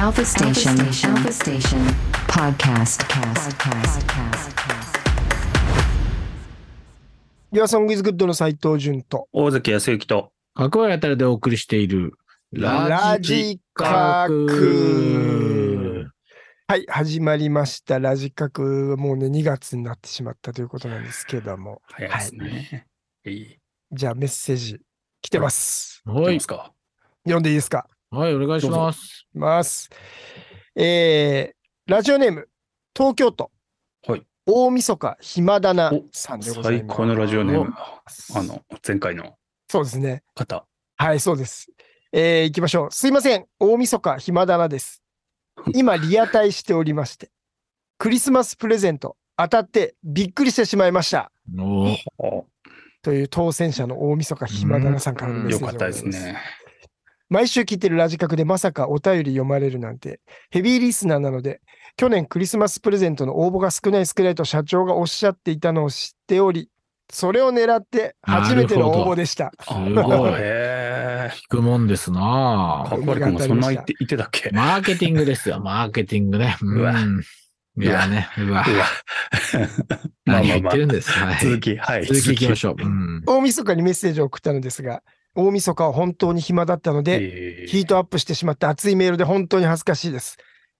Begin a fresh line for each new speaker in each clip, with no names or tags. Alpha Station. Alpha Station. Podcast. Podcast.
ユアソングイズグッドの斉藤淳と、
大関康之と、
かくわやたらでお送りしている。
ラジカク。はい、始まりました。ラジカク、もうね、2月になってしまったということなんですけども、
早いですね。いい。
じゃあメッセージ来てます。
どう
は
で
い
す。か
読んでいいですか
はい、お願いします。
いきます。えー、ラジオネーム、東京都。
はい。
大晦日暇だなさんでござい
最
ます。
高のラジオネーム。
お
あの、前回の
そうですね。
方。
はい、そうです。えー、行きましょう。すいません。大晦日暇だなです。今、リアタイしておりまして。クリスマスプレゼント、当たってびっくりしてしまいました。
おー
あ
という当選者の大晦日暇だなさんからのメッセージ
よ
で
か
ご
っ
ざい
た
ま
ですね。
毎週聞いてるラジカクでまさかお便り読まれるなんて、ヘビーリスナーなので、去年クリスマスプレゼントの応募が少ない少ないと社長がおっしゃっていたのを知っており、それを狙って初めての応募でした。
す
あ
ごい。
へ
聞くもんですな
かっこ悪くもそんな言って言ってたっけ
マーケティングですよ、マーケティングね。
うわ
ん。いやね、うわ。
うわ。まあま
何
あ
言っ
まあ
て、るんです。はい。
続
続
き、はい。
き行きましょう。うん。
大晦日にメッセージを送ったのですが、大晦日は本当に暇だったので、
え
ヒートアップしてしまった熱いメールで本当に恥ずかしいです。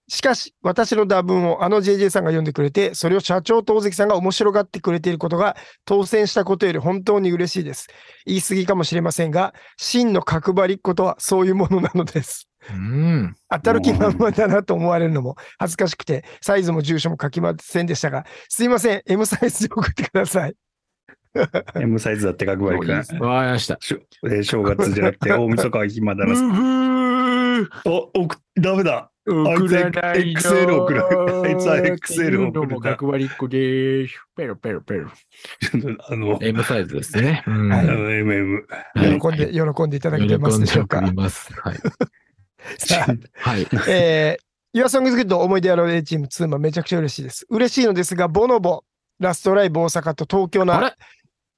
しかし、私の打文をあの JJ さんが読んでくれて、それを社長と大関さんが面白がってくれていることが、当選したことより本当に嬉しいです。言い過ぎかもしれませんが、真の角張りっことはそういうものなのです。
うん。
当たる気満々だなと思われるのも恥ずかしくて、サイズも住所も書きませんでしたが、すいません、M サイズで送ってください。
ー M サイズだって角張りくん。
わかりました。
しょえー正月じゃなくて、大晦日は暇だな。お、おく、ダメだ。あいつ XL 送るあいつは XL 送るな
どうも角張りっ子です。ペロペロペロ。
あの、
M サイズですね。うん
あの MM。
はい
喜んで、喜んでいただ
喜
けて
ん
ますでしょう
で
か
り。ます。はい。
さあ
はい。
えー、Your Song is Good 思い出やろう A チーム2マンめちゃくちゃ嬉しいです。嬉しいのですが、ボノボ、ラストライブ大阪と東京
あ
の
れ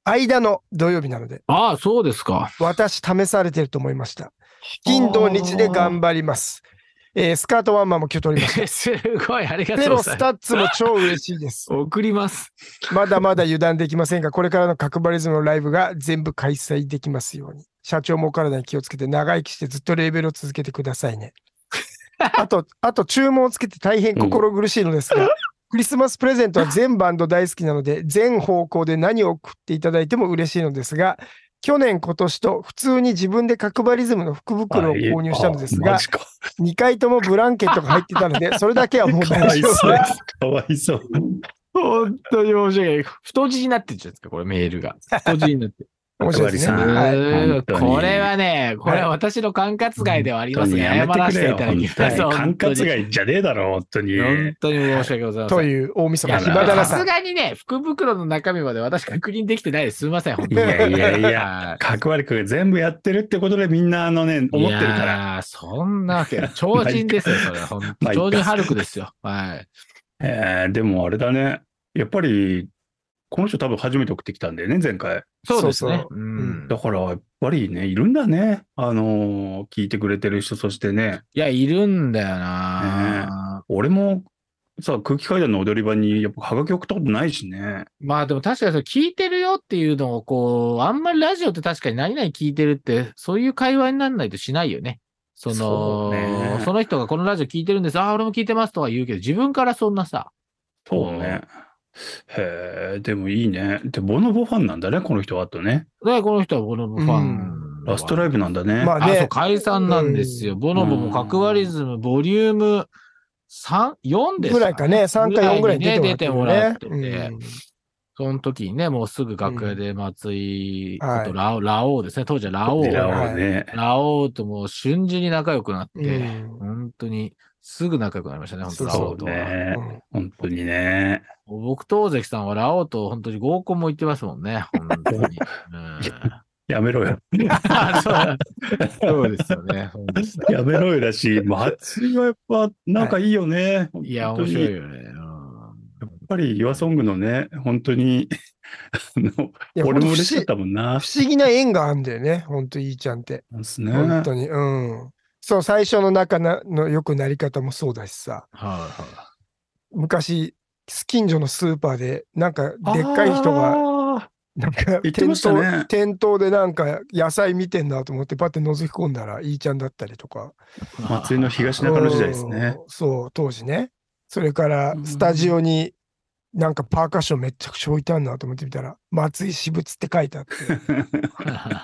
間の土曜日なので、
ああ、そうです か。
私試されてると思いました。金土日で頑張ります。えースカートワンマンも今日取りました。
すごい、ありがと
ペ
う
ロ
ござ
ス
います。
タッツも超嬉しいです。
送ります。
まだまだ油断できませんが、これからの角張りズムのライブが全部開催できますように。社長もお体に気をつけて長生きしてずっとレーベルを続けてください ね。あと、あと注文をつけて大変心苦しいのですが、クリスマスプレゼントは全バンド大好きなので、全方向で何を送っていただいても嬉しいのですが、去年今年と普通に自分で角張りズムの福袋を購入したのです
あ
が
マジ、か。
2回ともブランケットが入ってたので、それだけはもう
か
大
わい
丈
そ
夫
う
です。。
かわいそう。
本当に申し訳ない。太字になってるじゃないですか、これメールが。太字にな ってる。
面白いですね。
角張り
はい
本当に
これはね、これは私の管轄外ではありますね。謝らせていただきます。
管
本当に
轄外じゃねえだろ、本当に。
本当に申し訳ございません。
という大晦
い
日
や
暇だ
さ
らさ
す
ん。
がにね、福袋の中身まで私確認できてないです。すみません、本当
い
に。
やいやいや、
や。
角割り君全部やってるってことでみんなあのね、思ってるから。
ら。そんなわ けない。超人ですよ、それは。本
まあい
当
いか
超人ハルクですよ。はい。
えーでもあれだね。やっぱり、この人多分初めて送ってきたんだよね、前回。
そうです
そ
ね
う。
うん
だから、やっぱりね、いるんだね。あのー聞いてくれてる人、そしてね、
いや、いるんだよな。
俺もさ、空気階段の踊り場に、やっぱハガキ送ったことないしね。
まあでも確かにそれ聞いてるよっていうのをこう、あんまりラジオって確かに何々聞いてるって、そういう会話にならないとしないよね。その、
そ
そ,、
うね
の人がこのラジオ聞いてるんです。ああ、俺も聞いてますとは言うけど、自分からそんなさ。
そうね。へえ、でもいいね。で、ボノボファンなんだね、この人はあとね。
だからこの人はボノボファン。
ラストライブなんだね。
まあ
あ、
ね
そう、解散なんですよ。ボノボも角割りズム、ボリューム3、4です
ぐらいかね、3か4ぐらいに
ね
出
出
て
て
も
も
ら
ら
っ
ってて
る
て、
ね。
その時にね、もうすぐ楽屋で松井
う
こ
んはい
とラ,、ラオウですね、当時はラオウ。
ラ
オウ
オウね。
ラオウともう瞬時に仲良くなって、
うん
本当にすぐ仲良くなりましたね、本当ラオ
そ
ウ
う
とは。
ね。本当にね。
僕と大関さんはラオウと本当に合コンも行ってますもん ね、本当に。うん
やめろよ。
そうそうですよね、本当に
やめろよだし、松井はやっぱ仲いいよね。
いや、
本当
面
に
白い
や
よね。うん
っぱり、岩ソングのね、本当に、あの、
いや
俺も嬉し
ほん
かっ
と
たもんな。
不思議不思議な縁があるんだよね、ほんと、いいちゃんって。
ですね。
本当に。うん。そう、最初の仲なの良くなり方もそうだしさ、
はいはい。
昔、近所のスーパーで、なんか、でっかい人が、
が。
なんか
言ってましたね
店頭でなんか野菜見てんなと思ってパッて覗き込んだらいいちゃんだったりとか。
祭りの東中野時代ですね
うん。そう、当時ね。それからスタジオになんかパーカッションめっちゃくちゃ置いてあんなと思ってみたら、松井私物って書いてあって、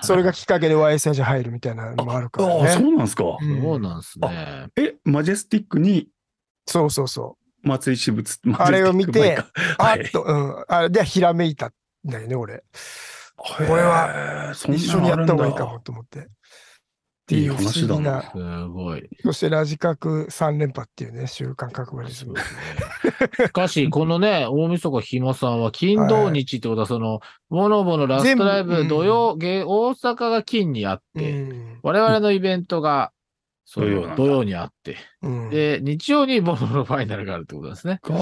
それがきっかけで YSR じゃ入るみたいなのもあるか
ああ、
ら
そ
ね。
うなんですか。
うん
そうなんですね。
え、マジェスティックに
そうそうそ
松井私物。
あれを見て
マジェスティック
う。
前か
あっと、
はい
うん。あれでひらめいたんだよね、俺。
へえ
これ
そんな
一緒にやった方がいいかも
の
と思って。っていう不思議
いい話だ
な
な。
すごい。
そしてラジ角3連覇っていうね、週刊角張りズ
そ
ム
う。ですねしかし、このね、大晦日ひもさんは金土日ってことは、その、ボノボのラストライ
全
ブ、
部
土曜、げ大阪が金にあっ
う
て、
ん
我々のイベントが、そ
土曜なん
の
だ
土曜にあって、
うん
で、日曜にボノボのファイナルがあるってことですね。
が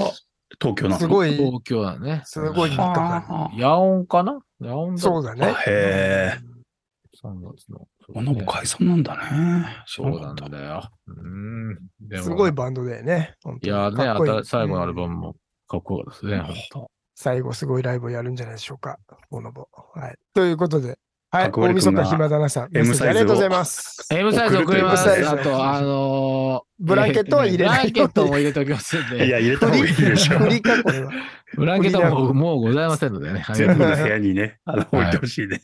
東京なの
すごい、
東京だね。
すごい
うん
三日間。
あー
野音かな野音だ
そうだね
あ。へえ。
三月の。
あの子解散なんだね。そ
そうなん
だ。
だよ。うん。でも
すごいバンドだよね。本当
い
に
やーね、
かっこいい
あた最後のアル
う
バ
ん
ムもかっこよかったですね、ほんと。
最後すごいライブをやるんじゃないでしょうか。ボノボ。はい。ということで、はい。
角張
大
り
晦
君が
日暇だなさん。メッセ
M
ージ
サ
あ
イ
り
ズを
がとうございます。
M サイズ送ります。
M サイ
あ
ズ
と、あのー、
ブランケットは入れない
えーブランケットも入れておきますん
い
で。
や、入れた方 がいいでしょ。
振りか、これは。
ブランケットはもうもうございませんのでね。はい
全部の部屋にね、あの、置いてほしいね。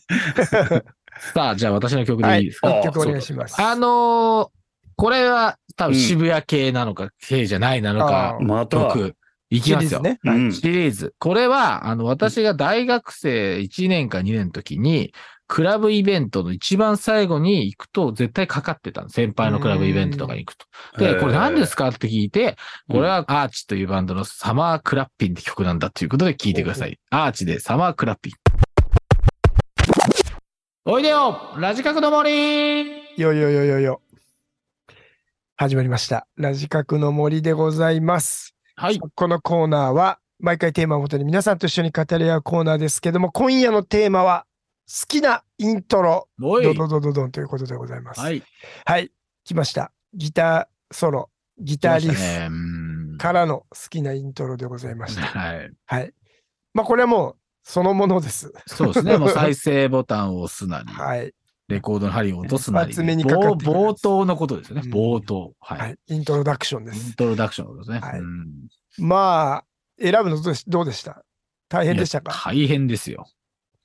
さあ、じゃあ私の曲でいいですか、
はい
楽曲お願いします。
あのー、これは多分渋谷系なのか、系じゃないなのか、
ー
また、
僕、いき
シ
ま
リー
すよ
ズ。ね。
うん
シリーズ。これは、あの、私が大学生1年か2年の時に、クラブイベントの一番最後に行くと絶対かかってたの。先輩のクラブイベントとかに行くと。で、これ何です
か
かって聞いて、
うん
これはアーチというバンドのサマークラッピンって曲なんだということで聞いてください。アーチでサマークラッピン。おいでよラジカクの森
よよよよよ。始まりました。ラジカクの森でございます。
はい。
このコーナーは毎回テーマをもとに皆さんと一緒に語り合うコーナーですけども今夜のテーマは好きなイントロ
お
ド
い
ドドドドンということでございます。
は
はい、
い。
来ました。ギターソロ、ギ
来
ター
ま
リ
した
フ
ね。うん
からの好きなイントロでございました。
はい。
はい。まあこれはもうそのものです。
そうで すね。もう再生ボタンを押すなり。
はい。
レコードの針を落とすなり、
一発目にかかってくる
冒冒頭のことですね。
うん
冒頭。はい。
はい。イントロダクションで
イン
す。
トロダクションのことですね。
はい
うん
まあ、選ぶのどうでしどうでした大変でした
いや
か
大変ですよ。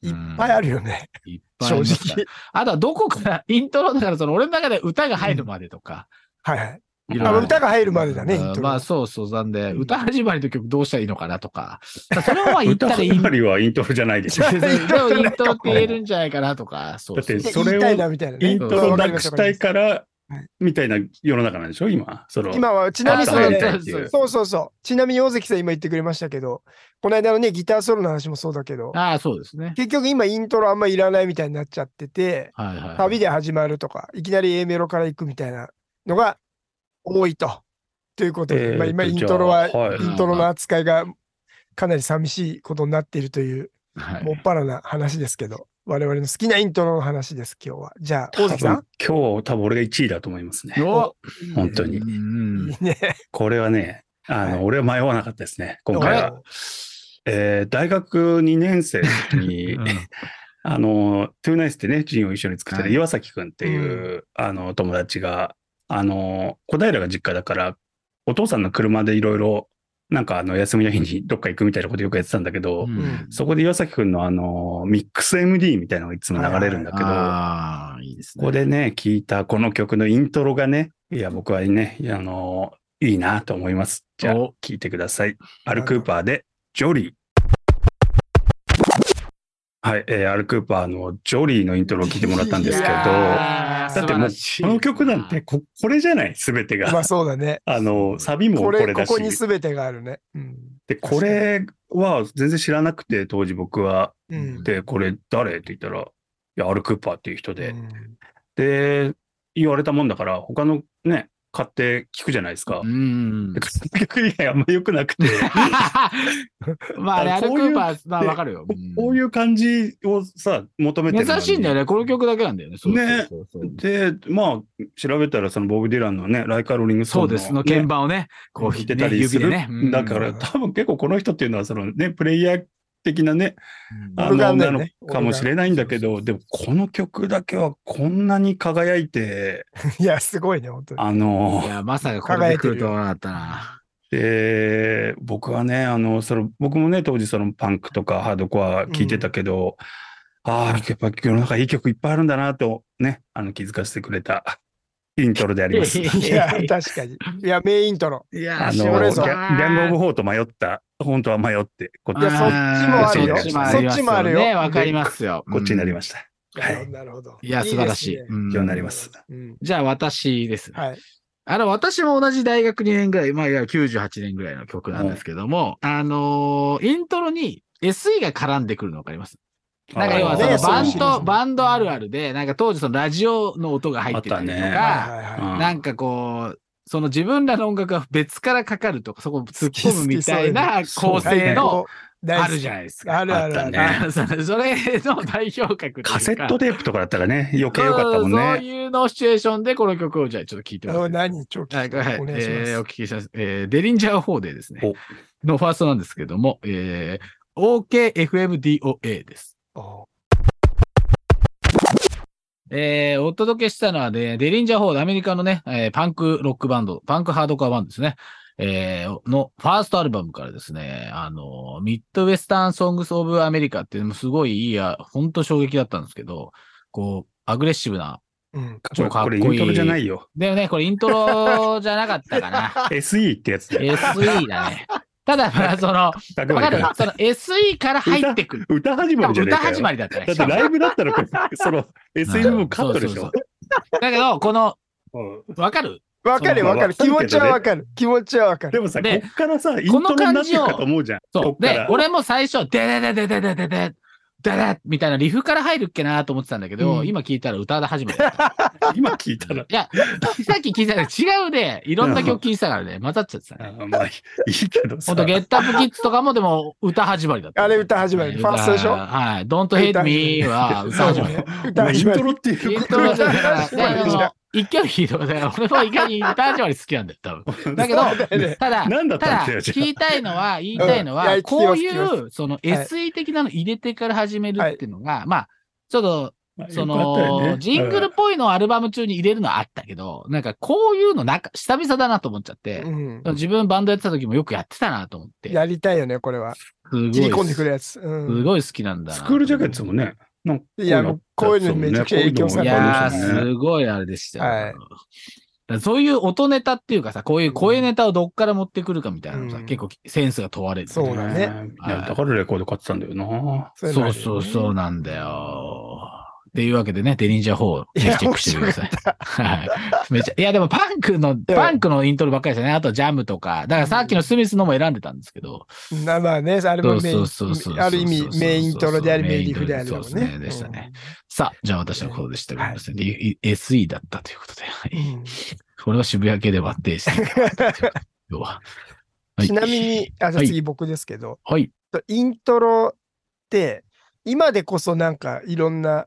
い
や
っ
うん
ぱいあるよね。
いっぱいあ
正
りますから
直。
あとはどこから、イントロだから、その俺の中で歌が入るまでとか。
はいはい。
いろい
あ
ろ
歌が入るまでだね、イント
う
ロ
ん
は。
まあそうそう、なんで、
うん
歌始まりの曲どうしたらいいのかな とか。それは言ったらいい。
歌りはイントロじゃないでしょ。
でも
イントロ
イントロって言えるんじゃないかなとか。そうそ
だ
う
って
って言いたいなみたいなね。
イントロなくしたいから
はい、
みたいな世の中なんでしょ、今。その
今は、ちなみにそ
あ
の
そう
ね、
ですそうです
そうそうそう。ちなみに大関さん今言ってくれましたけど、この間のね、ギターソロの話もそうだけど、
ああ、そうですね。
結局今イントロあんまいらないみたいになっちゃってて、
はいはい。
旅で始まるとか、いきなり A メロから行くみたいなのが多いと。ということで、
えー
まあ今イントロは、
じゃあはい
イントロの扱いがかなり寂しいことになっているという、
はい
もっぱらな話ですけど、我々の好きなイントロの話です、今日は。じゃあ、
多
大
分
関さん
今日、多分俺が1位だと思いますね。
お
本当に
う。
い
ん
いね。
これはね、あ
はい
の、俺は迷わなかったですね、今回
あ
は。えー大学2年生の時
う
に
ん、
あの、トゥーナイスってね、ジンを一緒に作って
は
た
い
岩崎くんっていう、あの、友達が、あの、小平が実家だから、お父さんの車でいろいろ、なんかあの、休みの日にどっか行くみたいなことよくやってたんだけど、
うん
そこで岩崎くんのあの、ミックス MD みたいなのがいつも流れるんだけど、
ああ、いいですね。
ここでね、聞いたこの曲のイントロがね、いや、僕はね、あの、いいなと思います。じゃあ
お、
聞いてください。アル・クーパーで、ジョリー。はい、えーアル・クーパーのジョリーのイントロを聞いてもらったんですけど、
い
だ
や
ってもう、この曲なんてこ、これじゃない、すべて
まあ
が。
そうだね。
あの、サビも
こ
こ
れ、
れ
こ
だし。
こに全てがあるね。うん。
で、これは全然知らなくて、当時僕は。
うん
で、これ誰って言ったら、いや、アル・クーパーっていう人で
う、ん
で、言われたもんだから、他のね、買って聞くじゃないですか。
うん
で。曲以外あんま良くなくて、
まあ、あれ、ア
あ
ル
こ
ク
ういう
ーパー、まあ、わかるよ。
こういう感じをさ、求めてるのに
珍しいんだよね。この曲だけなんだよね。そう
ね
そうそうそう
で、まあ、調べたら、そのボブ・ディランのね、ライカ・ローリングソン
そう
グ
です。の鍵
ね
盤をね、こう
弾い
弾い
て
て
た
たり
りす
指
る。
でね。うん
だから、多分結構この人っていうのは、そのね、プレイヤー的なね、
うん
あ
オルガ
の、
ンだよ
なの
ね
かもしれないんだけ
オ
ど、
ル
でも、この曲だけはこんなに輝いて、
いや、すごいね、本当に。
あの
い、や、まさかこれで来るとは思わなかったな。
で、僕はね、あの、その、僕もね、当時そのパンクとかハードコア聞いてたけど、ああ、やっぱ世の中いい曲いっぱいあるんだなと、ね、あの、気づかせてくれたイントロであります。
いや、確かに。いや、メインイントロ。
いや
あの、ギ
絞れ
ャギ
そう
ャング・オブ・ホーと迷った、本当は迷って、こっ
いやそっちもあるよ
そっちもありま
そ
すよ
っちもあるよ
ね、わかりますよ。
こっちになり
ま
ました。
な
はい
るほどなるほど。
いや、素晴らしい。
ですね
うん
ようになります。
うん
じゃあ、私です。
はい。
あの、私も同じ大学2年ぐらい、まあ、いや、98年ぐらいの曲なんですけども、あのーイントロに SE が絡んでくるのわかりますなんか要はそ
ね
の
そう
バン
そうそ
ド、
う
バンドあるあるで、なんか当時そのラジオの音が入ってたりと
あったね
か、
はいはい
うん
は
なんかこう、その自分らの音楽が別からかかるとか、そこ突っ込むみたいな構
好
い
き
成の
大好き
あるじゃないですか。
あるある
あったね
ある
あのその それの代表格というか
カセットテープとかだったらね、余計良かったもん
そうそう
ね。
いうのシチュエーションでこの曲をじゃあちょっと聴いて
あ
もらっ
の
て
何超
はい、はい、え
お願いします
ーお聞きします。えーデリンジャー4でですね。のファーストなんですけども、えー OKFMDOA です。
お
えーお届けしたのはね、デリンジャー4でアメリカのね、えーパンクロックバンド、パンクハードコアバンドですね。えーのファーストアルバムからですね、あの、ミッドウェスタン・ソングス・オブ・アメリカっていうのもすごいいいや、ほんと衝撃だったんですけど、こう、アグレッシブな。
うん。
超かっ
こ
こい
れ
い
イントロじゃない よ。
でもね、これイントロじゃなかったかな。
SE ってやつで。
SE だね。ただ、まあ、その、
だ
わかるその SE から入ってくる。
歌始まりじゃねえ
歌
かよ
始まりだったね。
だってライブだったらこれ、 その SE 部分カットでし
そう
ょ
そ。だけど、この、
うん
わかる
わかる
まあ
わかる。
わかる
気
けどね
持ちはわかる。気持ちはわかる。
でもさ、こ
で
っからさ、イントロになってるかと思うじゃん。こ
そ
っ
う。
か
で
ら、。
俺も最初、でででででででで、ででみたいなリフから入るっけなと思ってたんだけ
う
ど、
ん
今聞いたら歌で始まりだった。
今聞いたら
い、や、さっき聞いたら違うで、いろんな曲聴いてたからね、混ざっちゃってたね。
あまあいいいいけど
ほ
さ
んと、、ゲットアップキッズとかもでも歌始まりだった。
あれ歌始まり
ね
ファーストでしょ
歌はい。Don't Hate Me は歌始まり。
お
歌
前イン
始ま
ト
り。
ロって
イ
い
ン
う
トロじゃ
だ
だ
か
からら、だから
だから
一挙弾いとか、だから俺も意外に歌始まり好きなんだよ、多分。だけど、ただ、
なんだった た
だ、
んだよ、じゃ
聞いたいのは、言いたいの
うんい
は、
や聞きます
こうい
聞
う、その SE 的なの入れてから始めるっていうのが、まあ、ちょっと、
あ
そ
よかったよ
の、
ね
ジングル
う
っ
ん
ぽいのをアルバム中に入れるのはあったけど、なんかこういうのなんか、久々だなと思っちゃって、
うん
自分バンドやってた時もよくやってたなと思って、
やりたいよね、これは。
すごい
切り込んでくる
す
やつ。うん。
ごい好きなんだな
ス
と
ク
思
ール
って。
ジャケットもね、なんか
いやもうこういうのにめちゃくちゃ影響さ
い
れて
や
ま
ー、
したね
すごいあれでしたよ。
はい
だからそういう音ネタっていうかさ、こういう声ネタをどっから持ってくるかみたいなのさ、
うん
結構センスが問われる。
そうだね
いやだからレコード買ってたんだよな。
そいのあるよね
そうそうそうなんだよ。っていうわけでね、デリンジャー4をチェックしてください。はい。めちゃ、いやでもパンク の、
や
パンクのイントロばっかりでしたね。あとジャムとか。だからさっきのスミスのも選んでたんですけど。
なまあね、あれもメイ
そうそうそうそうそう
ン、ある意味メインイントロであり、
メ
メ
イ
イ
ン
ン
イ
リ
ント
フ
ロ
であるだもんね
そう。ですねでしたね
うん。
さあ、じゃあ私のことでしたごめんなさい。でい SE だったということで。はい。俺は渋谷系で割ってしてなかったということ要は。はい
ちなみに、あ、じゃあ
はい
次僕ですけど、
はい。
イントロって、今でこそなんかいろんな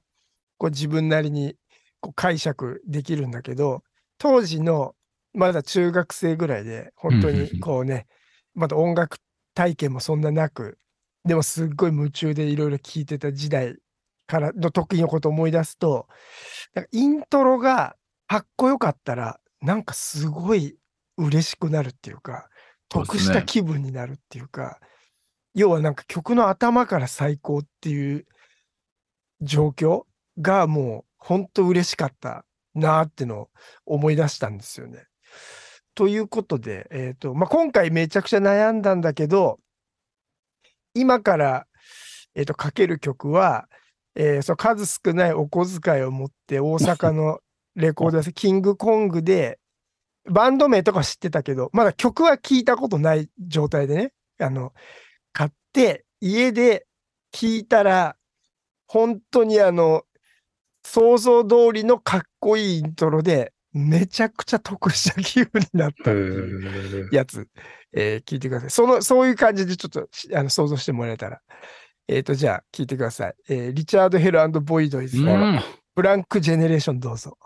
こう自分なりにこう解釈できるんだけど、当時のまだ中学生ぐらいで、本当
うんうんうん
にこうね、まだ音楽体験もそんななく、でもすっごい夢中でいろいろ聴いてた時代からの時のことを思い出すと、なんかイントロがかっこよかったら、なんかすごい嬉しくなるっていうか、
そうで
得
すね
した気分になるっていうか、要はなんか曲の頭から最高っていう状況がもう本当嬉しかったなーってのを思い出したんですよね。ということで、えーとまあ、今回めちゃくちゃ悩んだんだけど今から、えー、とかける曲は、えーその数少ないお小遣いを持って大阪のレコード屋さんキングコングでバンド名とか知ってたけどまだ曲は聞いたことない状態でねあの買って家で聞いたら本当にあの想像通りのかっこいいイントロでめちゃくちゃ得した気分になったっていう
う
やつ、えー聞いてください。その、そういう感じでちょっとしあの想像してもらえたら。えっ、と、じゃあ、聞いてください。えーリチャード・ヘルボイドイズ、
うん。
ブランク・ジェネレーションどうぞ。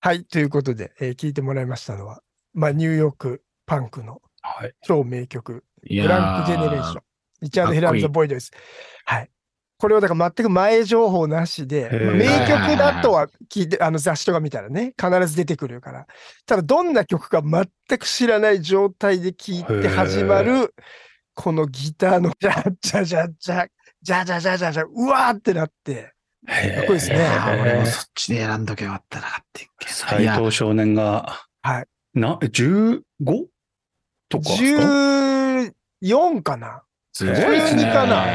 はい、ということで、えー聞いてもらいましたのは、まあ、ニューヨーク・パンクの
はい。
超名曲、
い
ブランク・ジェネレーション。リチャード・ヘル
かっこいい
ボイドイズ。はい。これをだから全く前情報なしで、
へー
まあ名曲だとは聞いて、あの雑誌とか見たらね、必ず出てくるから。ただ、どんな曲か全く知らない状態で聞いて始ま
へ
る、このギターの、じゃじゃじゃじゃ、じゃじゃじゃじゃじゃ、うわーってなって、
か
っこいいですね
いやー俺もそっちで選んどけばよかったなって。い
斎
や
藤少年が、
はい。
な、15? とかですか。
14かな
す
えー
ごいっすね12かな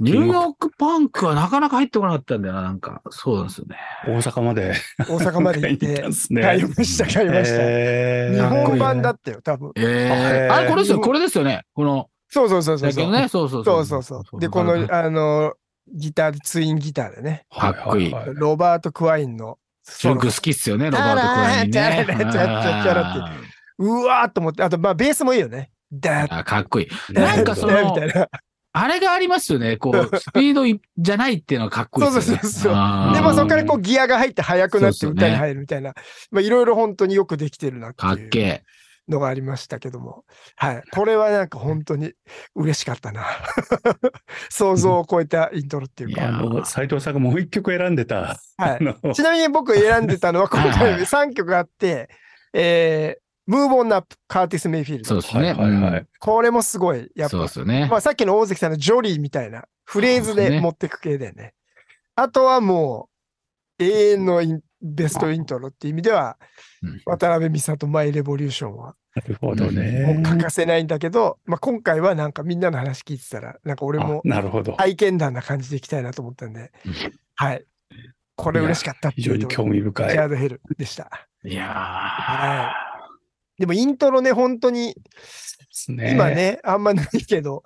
ニューヨークパンクはなかなか入ってこなかったんだよな、なんか。そうなんですよね。
大阪まで。
大阪まで行っ
行ったん
て、
すね。
買いました、買いました。
えー
日
かっこい
本
い
版だったよ、多分。
え
ー
ー、あれ、これですよ、これですよね。この、
そうそうそうそ
だ
う
け
そう。
どね、そうそう
そ
そうう。
そうそう。で、この、あの、ギターで、ツインギターでね、
ははは
か
ロバート・クワインのソロ
僕好きっすよね、ロバート・クライン
あらー。
ね
チャラチャラチャラチャラうわーっと思って、あと、まあ、ベースもいいよね。だー
あーかっこいい。
だ
な
ー
んかその
だーみたいな。
あれがありますよね。こう、スピードいじゃないっていうのはかっこいいですよね。
そうそうそうそう
あー
でも、そこからこう、ギアが入って速くなっ
そ
て
うそうね
歌に入るみたいな。まあ、いろいろ本当によくできてるなって
かっ
いう
けえ。
のがありましたけども。はい。これはなんか本当に嬉しかったな。 想像を超えたイントロっていう
い
か。
や
あの、斎藤さんがもう一曲選んでた。
はい
あ。の
ちなみに僕選んでたのは今
はい
回
はい
3曲あって、えー、ムーボンナップ、カーティス・メイフィール
そう
ド。
ですね。
はいはいはい
これもすごい、やっ
そう
ぱ
で。すよね
ま。あさっきの大関さんのジョリーみたいなフレーズ
そうです
で
ね
持ってく系だよね。あとはもう、永遠のインベストイントロっていう意味では、
うん
渡辺美里マイレボリューションは
なるほど
もう
ね。
欠かせないんだけど、まあ今回はなんかみんなの話聞いてたら、なんか俺も
あなるほど。
体験談な感じでいきたいなと思ったんで
うん、
はい。これ嬉しかったって
非
い
常
う
に
とこ
興味深
ジ
い。
ャードヘルでした。
いやー
はでもイントロね、本当に、
ですね
今。ね、あんまないけど、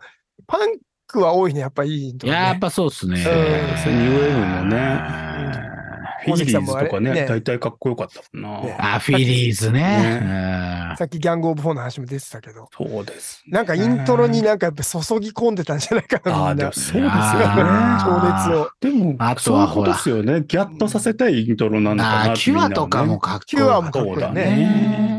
パンクは多いね、やっぱいいイント
い
ロ、
や
ね。
ーやっぱそうっすね。
そうです
ねニューウェーブもねフ
大
ィ
関
リ
さ
ー
んも
ズと
あれ
かね、
ね
大体かっこよかったもん
ね
な。
あ、フィリーズね。うん
さっきギャングオブフォーの話も出てたけど、
そうです。
なんかイントロになんかやっぱ注ぎ込んでたんじゃないか
あ
な、
あ、
みん
で
な
も。そうです
あー
よね。
情熱を。
でも、
あと
そうい
は
うことですよね。ギャッとさせたいイントロなんだ
あ
な
あ、
って
キ
みん
ュ
な
ア
ね
とかもかっこ
キ
よ
ュア
か
も
っ
か
た
っこいいよ
ね。
ね。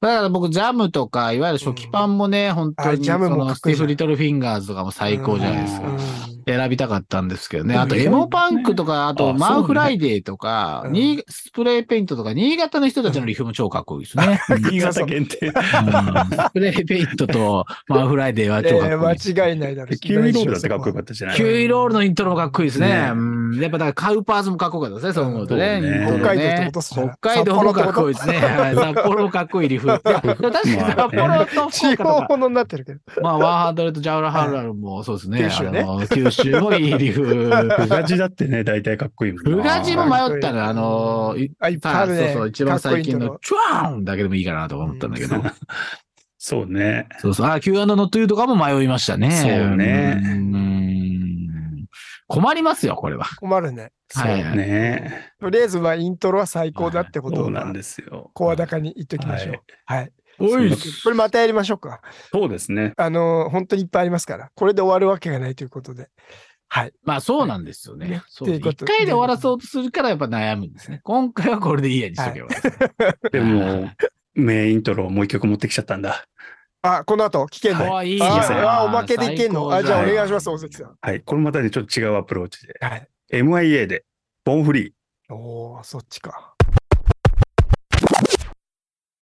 だから僕、ジャムとか、いわゆる初期版もね、本当
あ
に、
ジ
そ
ャムもか
の
っ
ス
こ
テ
いい
ィーフ・リトル・フィンガーズがもう最高じゃないですか。
か
うん
選びたかったんですけどね。
でも
あと、
意外
エ
とね
モパンクとか、あと、
あ
マ
そう
ン
ね
フライデーとか、
うん
新スプレーペイントとか、新潟の人たちのリフも超かっこいいですね。
新潟限定。
うん スプレーペイントとマンフライデーは超かっ
え
こいい。
ー間違いないだろうし。
キウイロールだってかっこよかったじゃない
キュウイロールのイントロもかっこいいですね。
ね
うんやっぱだからカウパーズもかっこよかったですね、そう思うとね。
そうね
イント
北海
ロね
道ってことっすね
北海道もかっこいいですね。はい札幌もかっこいい リフ。いやでも確かに札幌と福
地
岡と
方
か、
ものになってるけど。
まあ、ワンハンドレッドジャウラハウラルもそうですね。
九州ね
あの九州もいいリフ。
ブガジだってね、大体かっこいいもんな。
ブガジも迷った
あ
ら、
ー
あの、い
あ、いっぱい
さ
あ
あ、
る
そう
ね。
そう、一番最近
かっ
の
こ
チュワーンだけでもいいかなとか思ったんだけど。
そうね。
そうそう。あ、Q&No2 とかも迷いましたね。
そうね
うんうん。困りますよ、これは。
いい困るね。
そう
はい
ね。
とりあえず、まあ、イントロは最高だってこと
そう
を、
なんですよ。
声高に言っときましょう。はい。
お
いっす
これまたやりましょうか。
そうですね。
あの、本当にいっぱいありますから、これで終わるわけがないということで。はい。
まあそうなんですよ
ね
ね。そう
ということ
一回で終わらそうとするからやっぱ悩むんですね。今回はこれでいいやにしとけば。
で も、名イントロをもう一曲持ってきちゃったんだ。
あ、この後、聞けんの、
はいいいじゃん
ああ、おまけでいけんのあ、
最高
じ
じ
ゃ
ゃ
あ
ん
お願いします、大関さん。
はい。これまたね、ちょっと違うアプローチで。
はい。
MIA で、ボンフリー。
おー、そっちか。